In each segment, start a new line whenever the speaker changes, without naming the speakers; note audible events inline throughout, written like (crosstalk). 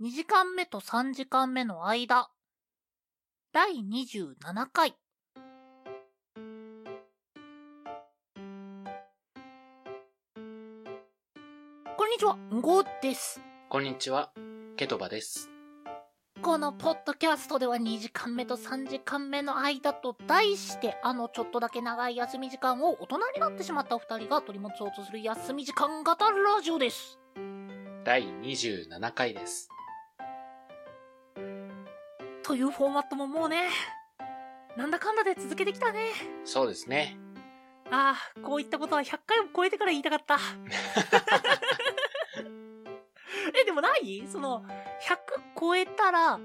2時間目と3時間目の間。第27回。こんにちは、ゴーです。
こんにちは、ケトバです。
このポッドキャストでは2時間目と3時間目の間と題して、あのちょっとだけ長い休み時間を大人になってしまったお二人が取り戻そうとする休み時間型ラジオです。
第27回です。
というフォーマットももうね、なんだかんだで続けてきたね。
そうですね。
ああ、こういったことは100回を超えてから言いたかった。え、でもないその、100超えたら、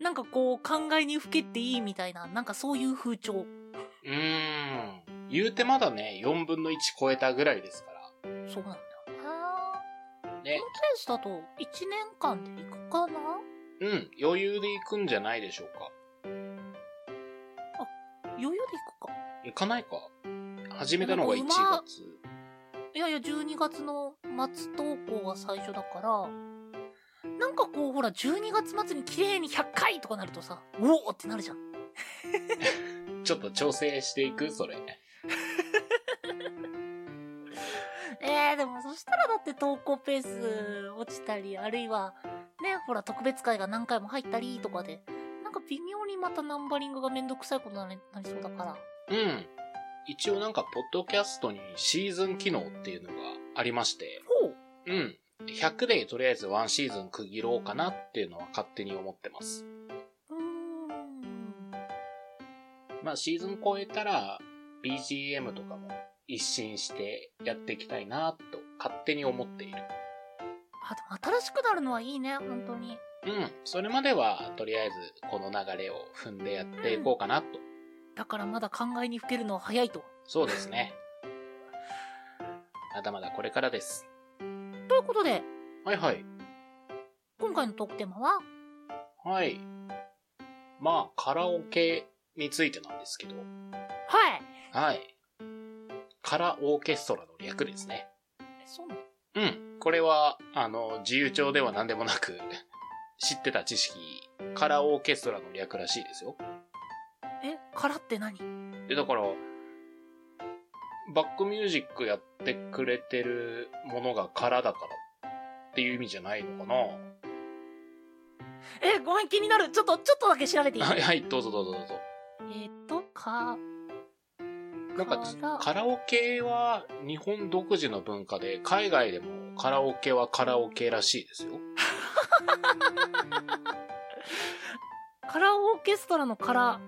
なんかこう、考えにふけっていいみたいな、なんかそういう風潮。
うーん。言うてまだね、4分の1超えたぐらいですか
そうなんだよな。
ら。
このペ。
ね
ースだと、1年間でいくかな
うん。余裕で行くんじゃないでしょうか。
余裕でいくか。
行かないか。始めたのが1
なんかうま
月。
いやいや、12月の末投稿が最初だから、なんかこう、ほら、12月末に綺麗に100回とかなるとさ、おおってなるじゃん。
ちょっと調整していくそれ。
えー、でもそしたらだって投稿ペース落ちたり、あるいは、ね、ほら、特別会が何回も入ったりとかで、なんか微妙にまたナンバリングがめんどくさいことになりなりそうだから。
うん。一応なんか、ポッドキャストにシーズン機能っていうのがありまして。
ほう
うん。100でとりあえず1シーズン区切ろうかなっていうのは勝手に思ってます。
うーん。
まあシーズン超えたら BGM とかも一新してやっていきたいなと勝手に思っている。
あ、でも新しくなるのはいいね、本当に。
うん。それまではとりあえずこの流れを踏んでやっていこうかなと。
だからまだ考えにふけるのは早いと。
そうですね。まだまだこれからです。
ということで、
はいはい。
今回のトークテーマは、
はい。まあカラオケについてなんですけど。
はい。
はい。カラオーケストラの略ですね。
えそうなの
うん。これは、あの、自由帳では何でもなく、 (laughs) 知ってた知識、カラオーケストラの略らしいですよ。
え、空って何
で、だから、バックミュージックやってくれてるものが空だからっていう意味じゃないのかな
え、ごめん、気になる。ちょっと、ちょっとだけ調べていい
(laughs) はいはい、どうぞどうぞどうぞ。
えーっと、か、
なんか
から、
カラオケは日本独自の文化で、海外でもカラオケはカラオケらしいですよ。
カラオーケストラの空、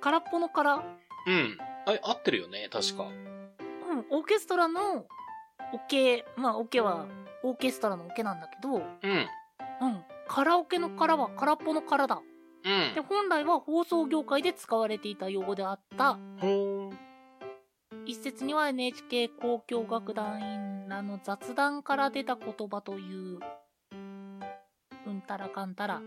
空っぽの空、うん、
うん。あ合ってるよね、確か。
オーケストラの、オケ、まあ、オケは、オーケストラのオケなんだけど、うん、
うん。
カラオケの空は空っぽの空だ。
うん
で、。本来は放送業界で使われていた用語であった、
ほーん。
一説には NHK 交響楽団員らの雑談から出た言葉という、うんたらかんたら、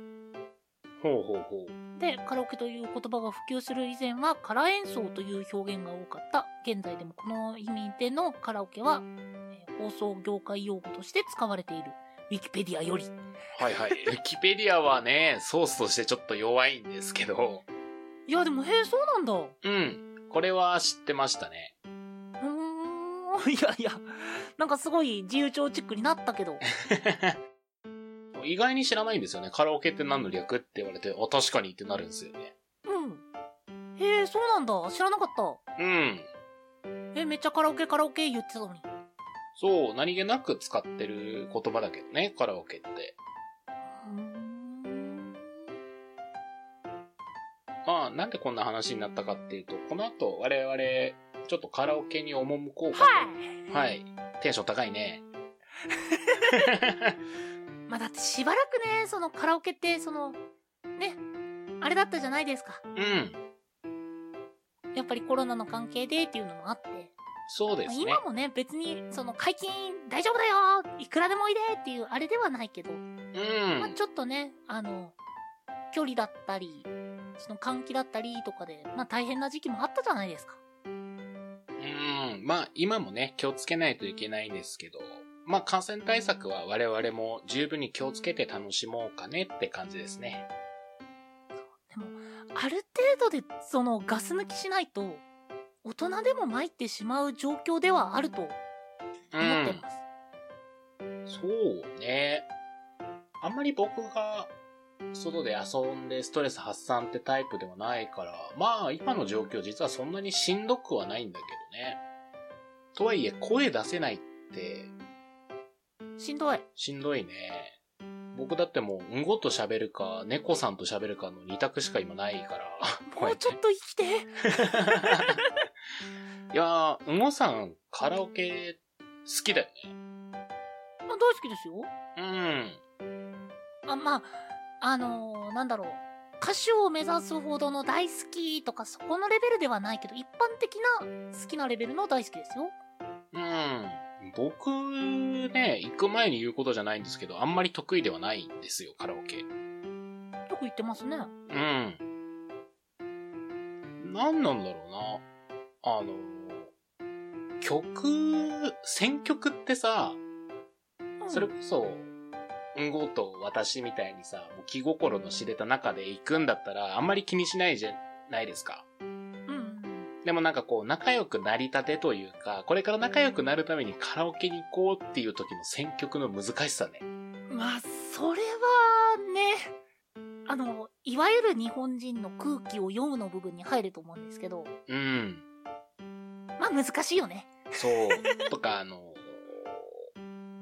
ほうほうほう。
で、カラオケという言葉が普及する以前は、カラ演奏という表現が多かった。現在でもこの意味でのカラオケは、えー放送業界用語として使われている。ウィキペディアより。
はいはい。ウィキペディアはね、ソースとしてちょっと弱いんですけど、
いや、でも、へえ、そうなんだ。う
うん。これは知ってましたね。
ーん。 (laughs) いやいや、なんかすごい自由帳チックになったけ (laughs) ど。
意外に知らないんですよね。カラオケって何の略って言われて、あ、確かにってなるんですよね。
うん。へえ、そうなんだ。知らなかった。
うん。
え、めっちゃカラオケカラオケ言ってたのに。
そう、何気なく使ってる言葉だけどね、カラオケって。
うーん。
まあ、なんでこんな話になったかっていうと、この後我々、ちょっとカラオケに赴こうか
はい。
と。はい。テンション高
(laughs)
いね。
まあだってしばらくね、そのカラオケって、その、ね、あれだったじゃないですか。
うん。
やっぱりコロナの関係でっていうのもあって。
そうで
まあ
すね。
今もね、別に、その解禁大丈夫だよいくらでもおいでっていうあれではないけど、
う
まあ
ん。
ちょっとね、あの、距離だったり、その換気だったりとかで、まあ大変な時期もあったじゃないですか。
うん。まあ、今もね、気をつけないといけないんですけど、まあ感染対策は我々も十分に気をつけて楽しもうかねって感じですね。
ある程度でそのガス抜きしないと大人でも参ってしまう状況ではあると思
う
って
ん。
ます、
そうね。あんまり僕が外で遊んでストレス発散ってタイプではないから、まあ今の状況実はそんなにしんどくはないんだけどね。とはいえ声出せないって
しんどい
しんどいね。僕だってもう、うんごと喋るか、猫さんと喋るかの二択しか今ないから。
もうちょっと生きて
いやー、うんごさん、カラオケ、好きだよね。
まあ大好きですよ
うん。
あまああのーなんだろう歌手を目指すほどの大好きとかそこのレベルではないけど一般的な好きなレベルの大好きですよ
うん。僕ね、行く前に言うことじゃないんですけど、あんまり得意ではないんですよ、カラオケ。
よく言ってますね
うん。なんなんだろうな。あの、曲、選曲ってさ、
うん
それこそ、うんごと私みたいにさ、もう気心の知れた中で行くんだったら、あんまり気にしないじゃないですか。
うん
でもなんかこう、仲良くなりたてというか、これから仲良くなるためにカラオケに行こうっていう時の選曲の難しさね。
まあそれはねあのいわゆる日本人の空気を読むの部分に入ると思うんですけど
うん。
まあ難しいよね
(laughs) そう。とか、あの、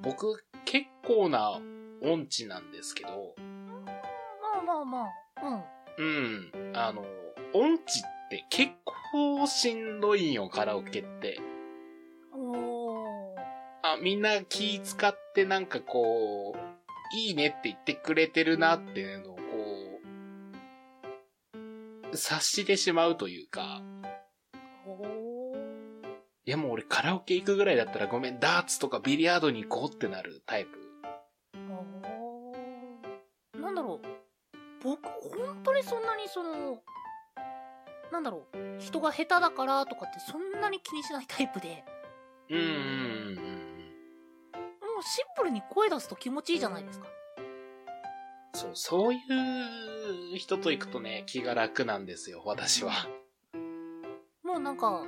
僕、結構な音痴なんですけど、
まあまあまあうん
うん。あの、音痴って結構しんどいんよ、カラオケって。
おー
あ、みんな気使ってなんかこう、いいねって言ってくれてるなっていうのをこう、察してしまうというか、
おー
いやもう俺カラオケ行くぐらいだったらごめん、ダーツとかビリヤードに行こうってなるタイプ。
あーなんだろう僕本当にそんなにそのなんだろう人が下手だからとかってそんなに気にしないタイプで
うんうんうんうん。
もうシンプルに声出すと気持ちいいじゃないですか
そう、そういう人と行くとね、気が楽なんですよ、私は。
もうなんか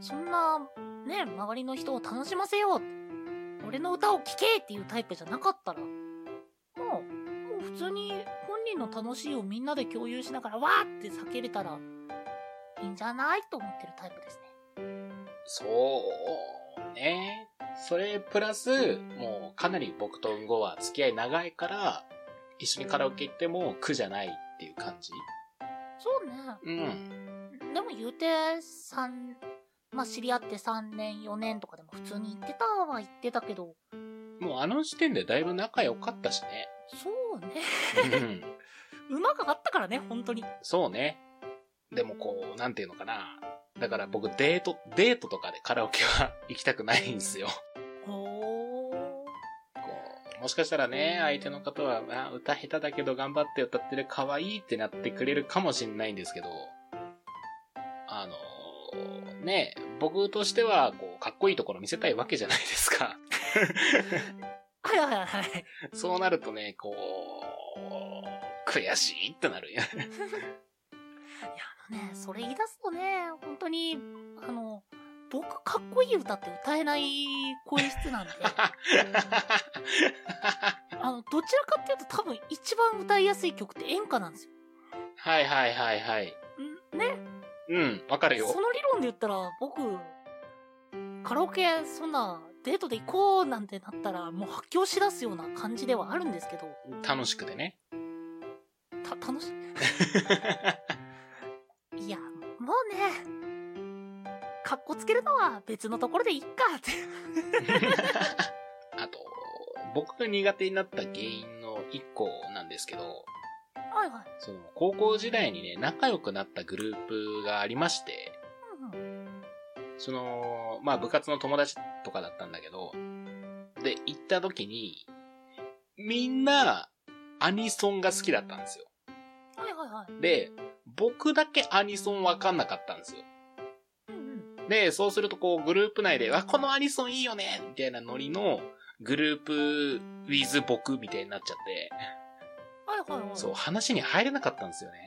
そんなね周りの人を楽しませよう俺の歌を聴けっていうタイプじゃなかったらもうもう普通に本人の楽しいをみんなで共有しながらわーって叫べたらいいんじゃないと思ってるタイプですね
そう、ね。それ、プラス、もう、かなり僕とうんごは付き合い長いから、一緒にカラオケ行っても苦じゃないっていう感じ。
そうね
うん。
でも言うて三まあ知り合って3年4年とかでも普通に行ってたは行ってたけど
もうあの時点でだいぶ仲良かったしね。
そうね
うん。
馬があったからね本当に
そうね。でもこう、なんていうのかな。だから僕、デート、デートとかでカラオケは行きたくないんですよ。
ほ
こうもしかしたらね、相手の方は、あ歌下手だけど頑張って歌ってる可愛いってなってくれるかもしんないんですけど、あの、ね、僕としては、こう、かっこいいところ見せたいわけじゃないですか。 (laughs)
ーはいはいはいはい
そうなるとね、こう、悔しいってなるん (laughs) や。
ねそれ言い出すとね本当にあの僕かっこいい歌って歌えない声質なんであのどちらかっていうと多分一番歌いやすい曲って演歌なんですよ
はいはいはいはい。
んね
うん、わかるよ
そ。の理論で言ったら僕カラオケそんなデートで行こうなんてなったらもう発狂しだすような感じではあるんですけど
楽しくてね。
た楽しいいやもうねかっこつけるのは別のところでいっかって
あと、僕が苦手になった原因の一個なんですけど、
はいはい、
その、高校時代にね、仲良くなったグループがありまして、
うんうん、
その、まあ部活の友達とかだったんだけど、で、行った時に、みんな、アニソンが好きだったんですよ。
はいはいはい
で、僕だけアニソンわかんなかったんですよ。
うんうん
で、そうするとこう、グループ内で、わ、このアニソンいいよねみたいなノリの、グループ with 僕みたいになっちゃって、
はいはいはい。
そう、話に入れなかったんですよね。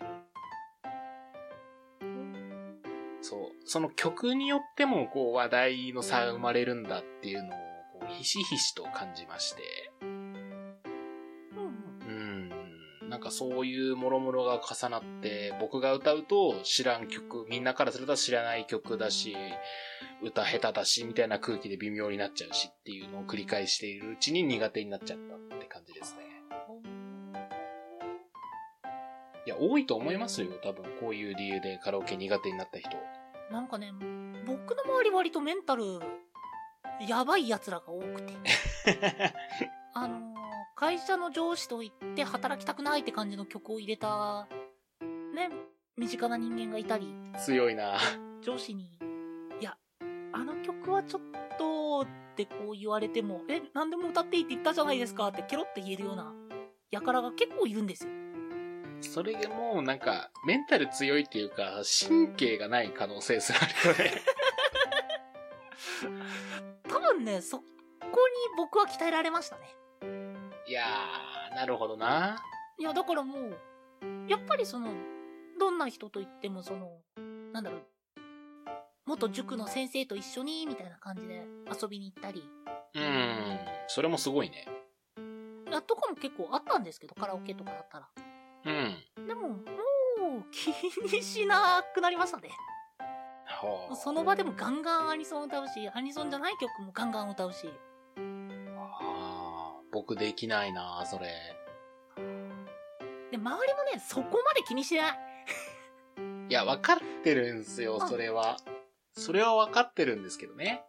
そう、その曲によってもこう話題の差が生まれるんだっていうのをこうひしひしと感じまして、
うんうん。
うん、なんかそういう諸々が重なって、僕が歌うと知らん曲、みんなからすると知らない曲だし、歌下手だし、みたいな空気で微妙になっちゃうしっていうのを繰り返しているうちに苦手になっちゃったって感じですね。いや、多いと思いますよ。多分、こういう理由でカラオケ苦手になった人。
なんかね、僕の周り割とメンタル、やばい奴らが多くて。あのー会社の上司と行って働きたくないって感じの曲を入れた、ね、身近な人間がいたり、
強いな
上司に、いや、あの曲はちょっと、ってこう言われても、え、何でも歌っていいって言ったじゃないですかってケロって言えるような、やからが結構いるんですよ。
それでもうなんか、メンタル強いっていうか、神経がない可能性すらあるよ
(laughs)
ね。
多分ね、そこに僕は鍛えられましたね。
いやー、なるほどない
や、だからもう、やっぱりその、どんな人と言ってもその、なんだろう、元塾の先生と一緒に、みたいな感じで遊びに行ったり、
うん、それもすごいね。
あとかも結構あったんですけど、カラオケとかだったら。
うん。
でも、もう、気にしなくなりましたね。
はあ、
その場でもガンガンアニソン歌うし、アニソンじゃない曲もガンガン歌うし。
あー僕できないなそれ。
で、周りもね、そこまで気にしてない。
いや、分かってるんすよ、
うん
それは。それは分かってるんですけどね。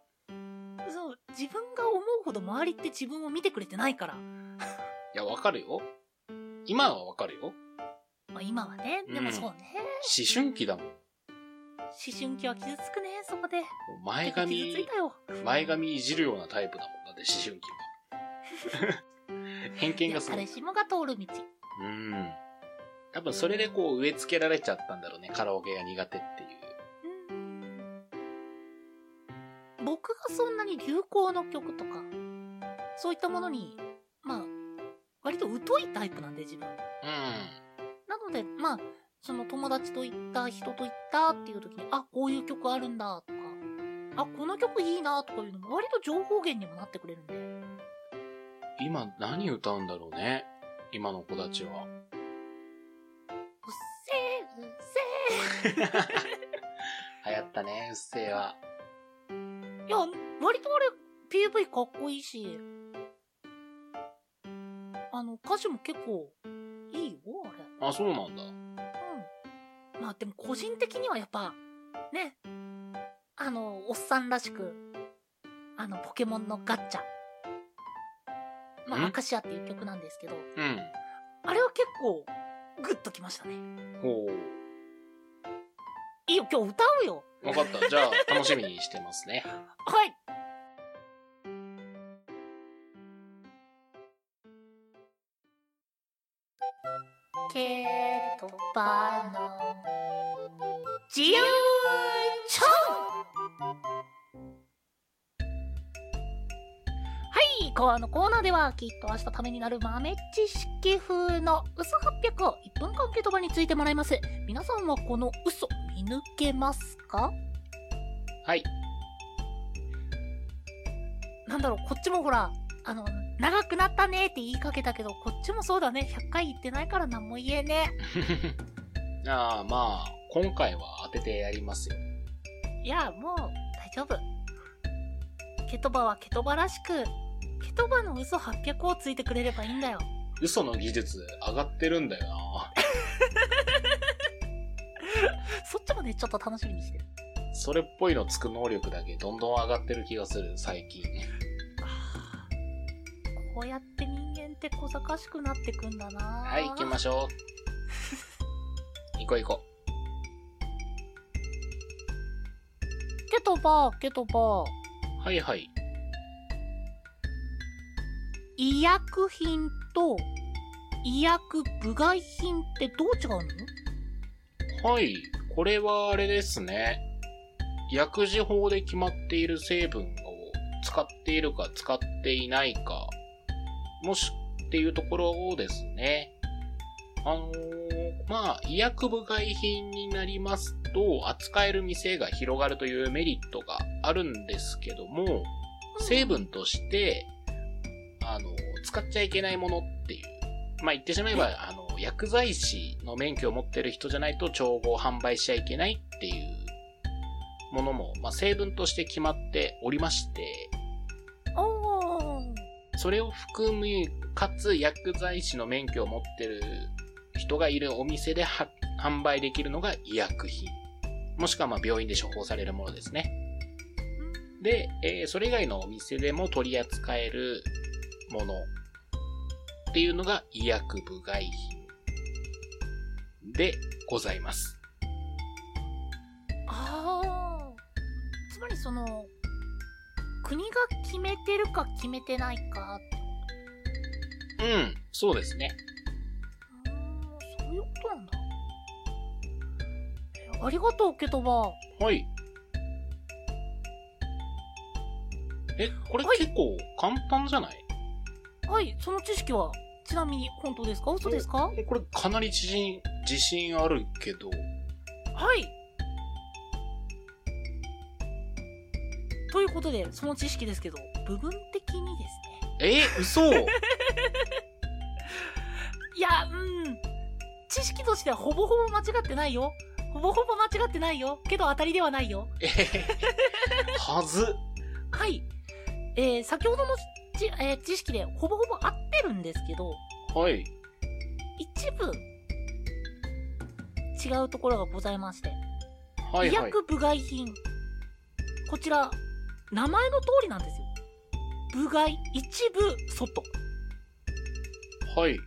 そう、自分が思うほど周りって自分を見てくれてないから。
いや、分かるよ。今は分かるよ。思
まあ今はね、でもそうね。
春期だもん。
思春期は傷つくね、そこで。
前
傷つい
髪、
たよ。
前髪いじるようなタイプだもん。だって思春
(laughs)
期は。偏見がすご
誰
い。
しもが通る道。
うん。多分それでこう植え付けられちゃったんだろうね。カラオケが苦手っていう。
うん僕がそんなに流行の曲とか、そういったものに、まあ、割と疎いタイプなんで自分。
うん。
なので、まあ、その友達と行った、人と行ったっていう時に、あ、こういう曲あるんだとか、あ、この曲いいなとかいうのも割と情報源にもなってくれるんで。
今何歌うんだろうね。今の子たちは。
うっせー、うっ
流行ったね、うっせぇわ。
せー。いや、割とあれ、PV かっこいいし、あの、歌詞も結構いいよ、あれ。
あ、そうなんだ。
うん。まあでも個人的にはやっぱ、ね、あの、おっさんらしく、あの、ポケモンのガッチャ。ま
ん
あ、アカシアっていう曲なんですけど、
うん。
あれは結構、グッときましたね。
ほ
いいよ、今日歌うよ
う。わかった。じゃあ、楽しみにしてます (laughs) ね。
はいケトバの自由帳はいこのコーナーではきっと明日ためになる豆知識風の嘘800を1分間ケトバについてもらいます皆さんはこの嘘見抜けますか
はい。 (laughs)
なんだろう、こっちもほら、あの、長くなったねって言いかけたけど、こっちもそうだね。100回言ってないから何も言えね
ああ、まあ、今回は当ててやりますよ。
え。いや、もう、大丈夫。ケトバはケトバらしく、ケトバの嘘800をついてくれればいいんだよ。
嘘の技術、上がってるんだよ
そっちもね、ちょっと楽しみにしてる。
な。それっぽいのつく能力だけどんどん上がってる気がする、最近。
こうやって人間って小賢しくなってくんだな
はい、行きましょう。行こう行こ
ケトバ、ケトバ、
う。はいはい。
医薬品と医薬部外品ってどう違うの
はい。これはあれですね。薬事法で決まっている成分を使っているか使っていないか、もしっていうところをですね、あのーまあ、医薬部外品になりますと、扱える店が広がるというメリットがあるんですけども、成分として、あの、使っちゃいけないものっていう。まあ、言ってしまえば、あの、薬剤師の免許を持ってる人じゃないと調合販売しちゃいけないっていうものも、まあ、成分として決まっておりまして、
おー。
それを含む、かつ薬剤師の免許を持ってる人がいるお店では販売できるのが医薬品。もしくはまあ病院で処方されるものですね。で、えーそれ以外のお店でも取り扱えるものっていうのが医薬部外品でございます。
あー。つまりその、国が決めてるか決めてないかって
うん、そうですね。
うーんそういうことなんだ。えありがとう、ケトバ。
はい。え、これ
はい
結構簡単じゃない
はい、その知識は、ちなみに本当ですか嘘ですか
えこれかなり自信、自信あるけど、
はい。ということで、その知識ですけど、部分的にですね。
え嘘はい
や、うん。知識としてはほぼほぼ間違ってないよ。ほぼほぼ間違ってないよ。けど当たりではないよ。
ず。
はい。えー、先ほどのじ、えー知識でほぼほぼ合ってるんですけど、
はい。
一部、違うところがございまして。
はい
医
はい。
薬部外品。こちら、名前の通りなんですよ。部外、一部、外
はい。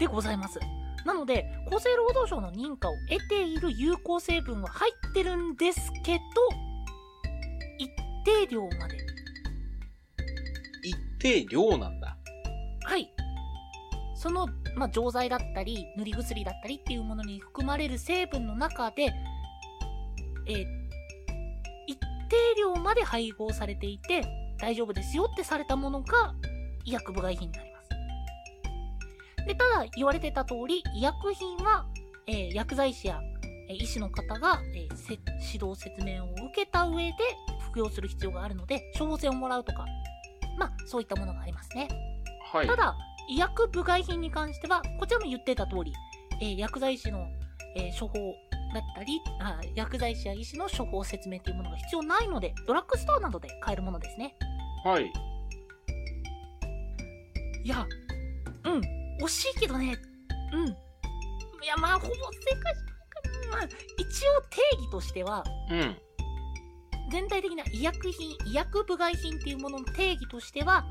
でございます。なので、厚生労働省の認可を得ている有効成分は入ってるんですけど、一定量まで。
一定量なんだ。
はい。その、まあ、錠剤だったり、塗り薬だったりっていうものに含まれる成分の中で、えー一定量まで配合されていて、大丈夫ですよってされたものが、医薬部外品になります。で、ただ、言われてた通り、医薬品は、えー薬剤師や、えー医師の方が、えーせ指導説明を受けた上で服用する必要があるので、処方箋をもらうとか、まあ、そういったものがありますね。
はい
た。だ、医薬部外品に関しては、こちらも言ってた通り、えー薬剤師の、えー処方だったりあ、薬剤師や医師の処方説明というものが必要ないので、ドラッグストアなどで買えるものですね。
はい。
いや、うん、惜しいけどね、うん。いや、まあ、ほぼ正解じゃないかな。まあ、一応定義としては、
うん。
全体的な医薬品、医薬部外品っていうものの定義としては、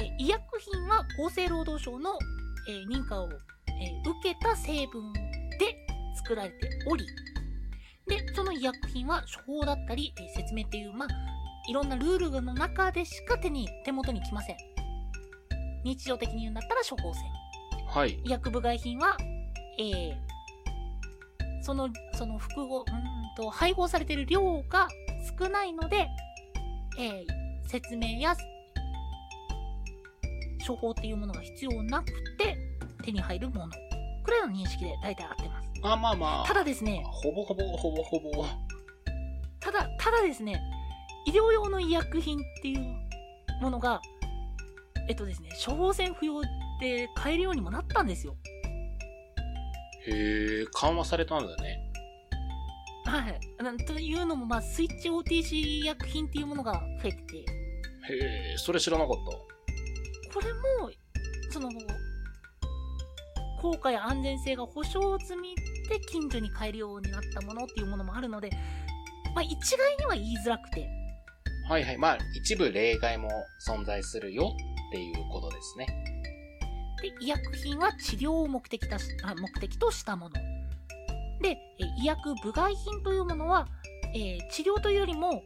えー医薬品は厚生労働省の、えー認可を、えー受けた成分で作られており、で、その医薬品は処方だったり、えー説明っていう、まあ、いろんなルールの中でしか手に、手元に来ません。日常的に言うんだったら処方箋。
はい。
医薬部外品は、えーその、その複合、うーんと、配合されている量が少ないので、えー説明や処方っていうものが必要なくて手に入るもの。くらいの認識で大体合ってます。
あ、まあま
た
あ。
だですね、
ほぼほぼほぼほぼ。
ただ、ただですね、医療用の医薬品っていうものが、えっとですね、処方箋不要で買えるようにもなったんですよ。
へえ、緩和されたんだね。
はい。なんというのも、まあ、スイッチ OTC 医薬品っていうものが増えてて、
へえ、それ知らなかっ
これも、その、効果や安全性が保証済みで近所に買えるようになったものっていうものもあるので、まあ、一概には言いづらくて、
た。はいはい。まあ、一部例外も存在するよっていうことですね。
で、医薬品は治療を目的たしあ目的としたもの。で、え医薬部外品というものは、えー治療というよりも、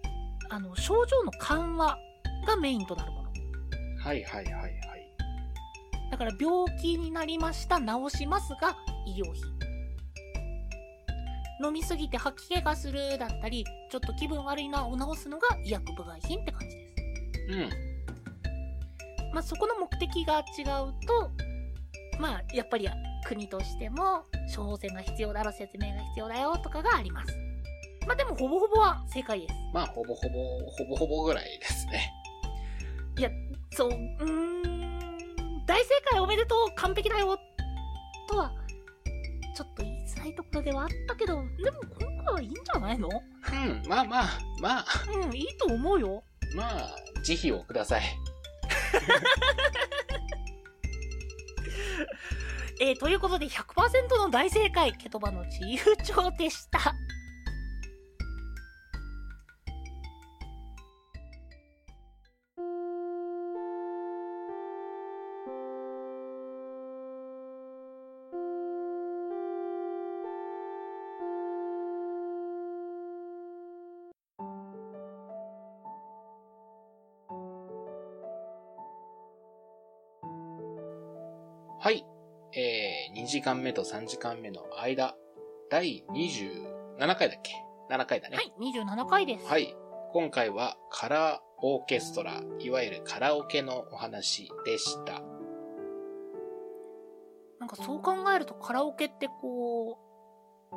あの、症状の緩和がメインとなるもの。
はいはいはいはい。
だから病気になりました、治しますが、医療費。飲みすぎて吐き気がするだったり、ちょっと気分悪いなを治すのが医薬部外品って感じです。
うん。
まあ、そこの目的が違うと、まあ、やっぱり国としても処方箋が必要だろ説明が必要だよとかがあります。まあ、でもほぼほぼは正解です。
まあ、ほぼほぼ、ほぼほぼぐらいですね。
そう、うーん、大正解おめでとう完璧だよとは、ちょっと言いづらいところではあったけど、でも今回はいいんじゃないの
うん、まあまあ、まあ、
うん、いいと思うよ。
まあ、慈悲をください。
えーということで100%の大正解、ケトバの自由帳でした。
はい。えー、2時間目と3時間目の間、第27回だっけ ?7 回だね。
はい、27回です。
はい。今回はカラーオーケストラ、いわゆるカラオケのお話でした。
なんかそう考えるとカラオケってこう、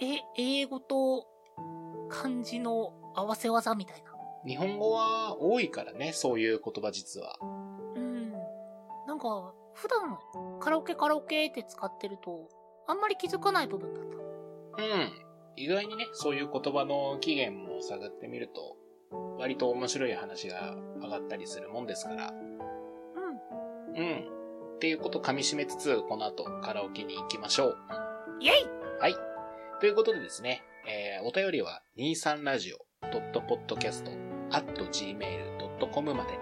え、英語と漢字の合わせ技みたいな。
日本語は多いからね、そういう言葉実は。
うん。なんか、普段カラオケカラオケって使ってると、あんまり気づかない部分だった。
うん。意外にね、そういう言葉の起源も探ってみると、割と面白い話が上がったりするもんですから。うん。っていうことを噛み締めつつ、この後カラオケに行きましょう。
うん。イェイ
はい。ということでですね、えー、お便りは 23radio.podcast.gmail.com まで、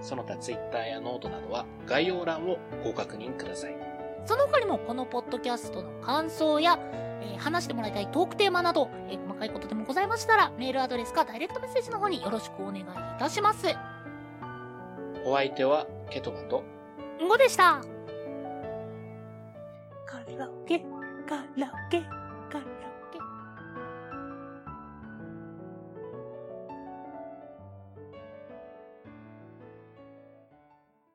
その他ツイッターやノートなどは概要欄をご確認ください。
その他にもこのポッドキャストの感想や、えー話してもらいたいトークテーマなど、えー細かいことでもございましたら、メールアドレスかダイレクトメッセージの方によろしくお願いいたします。
お相手はケトバと、
んごでしたカラオケカラオケカラ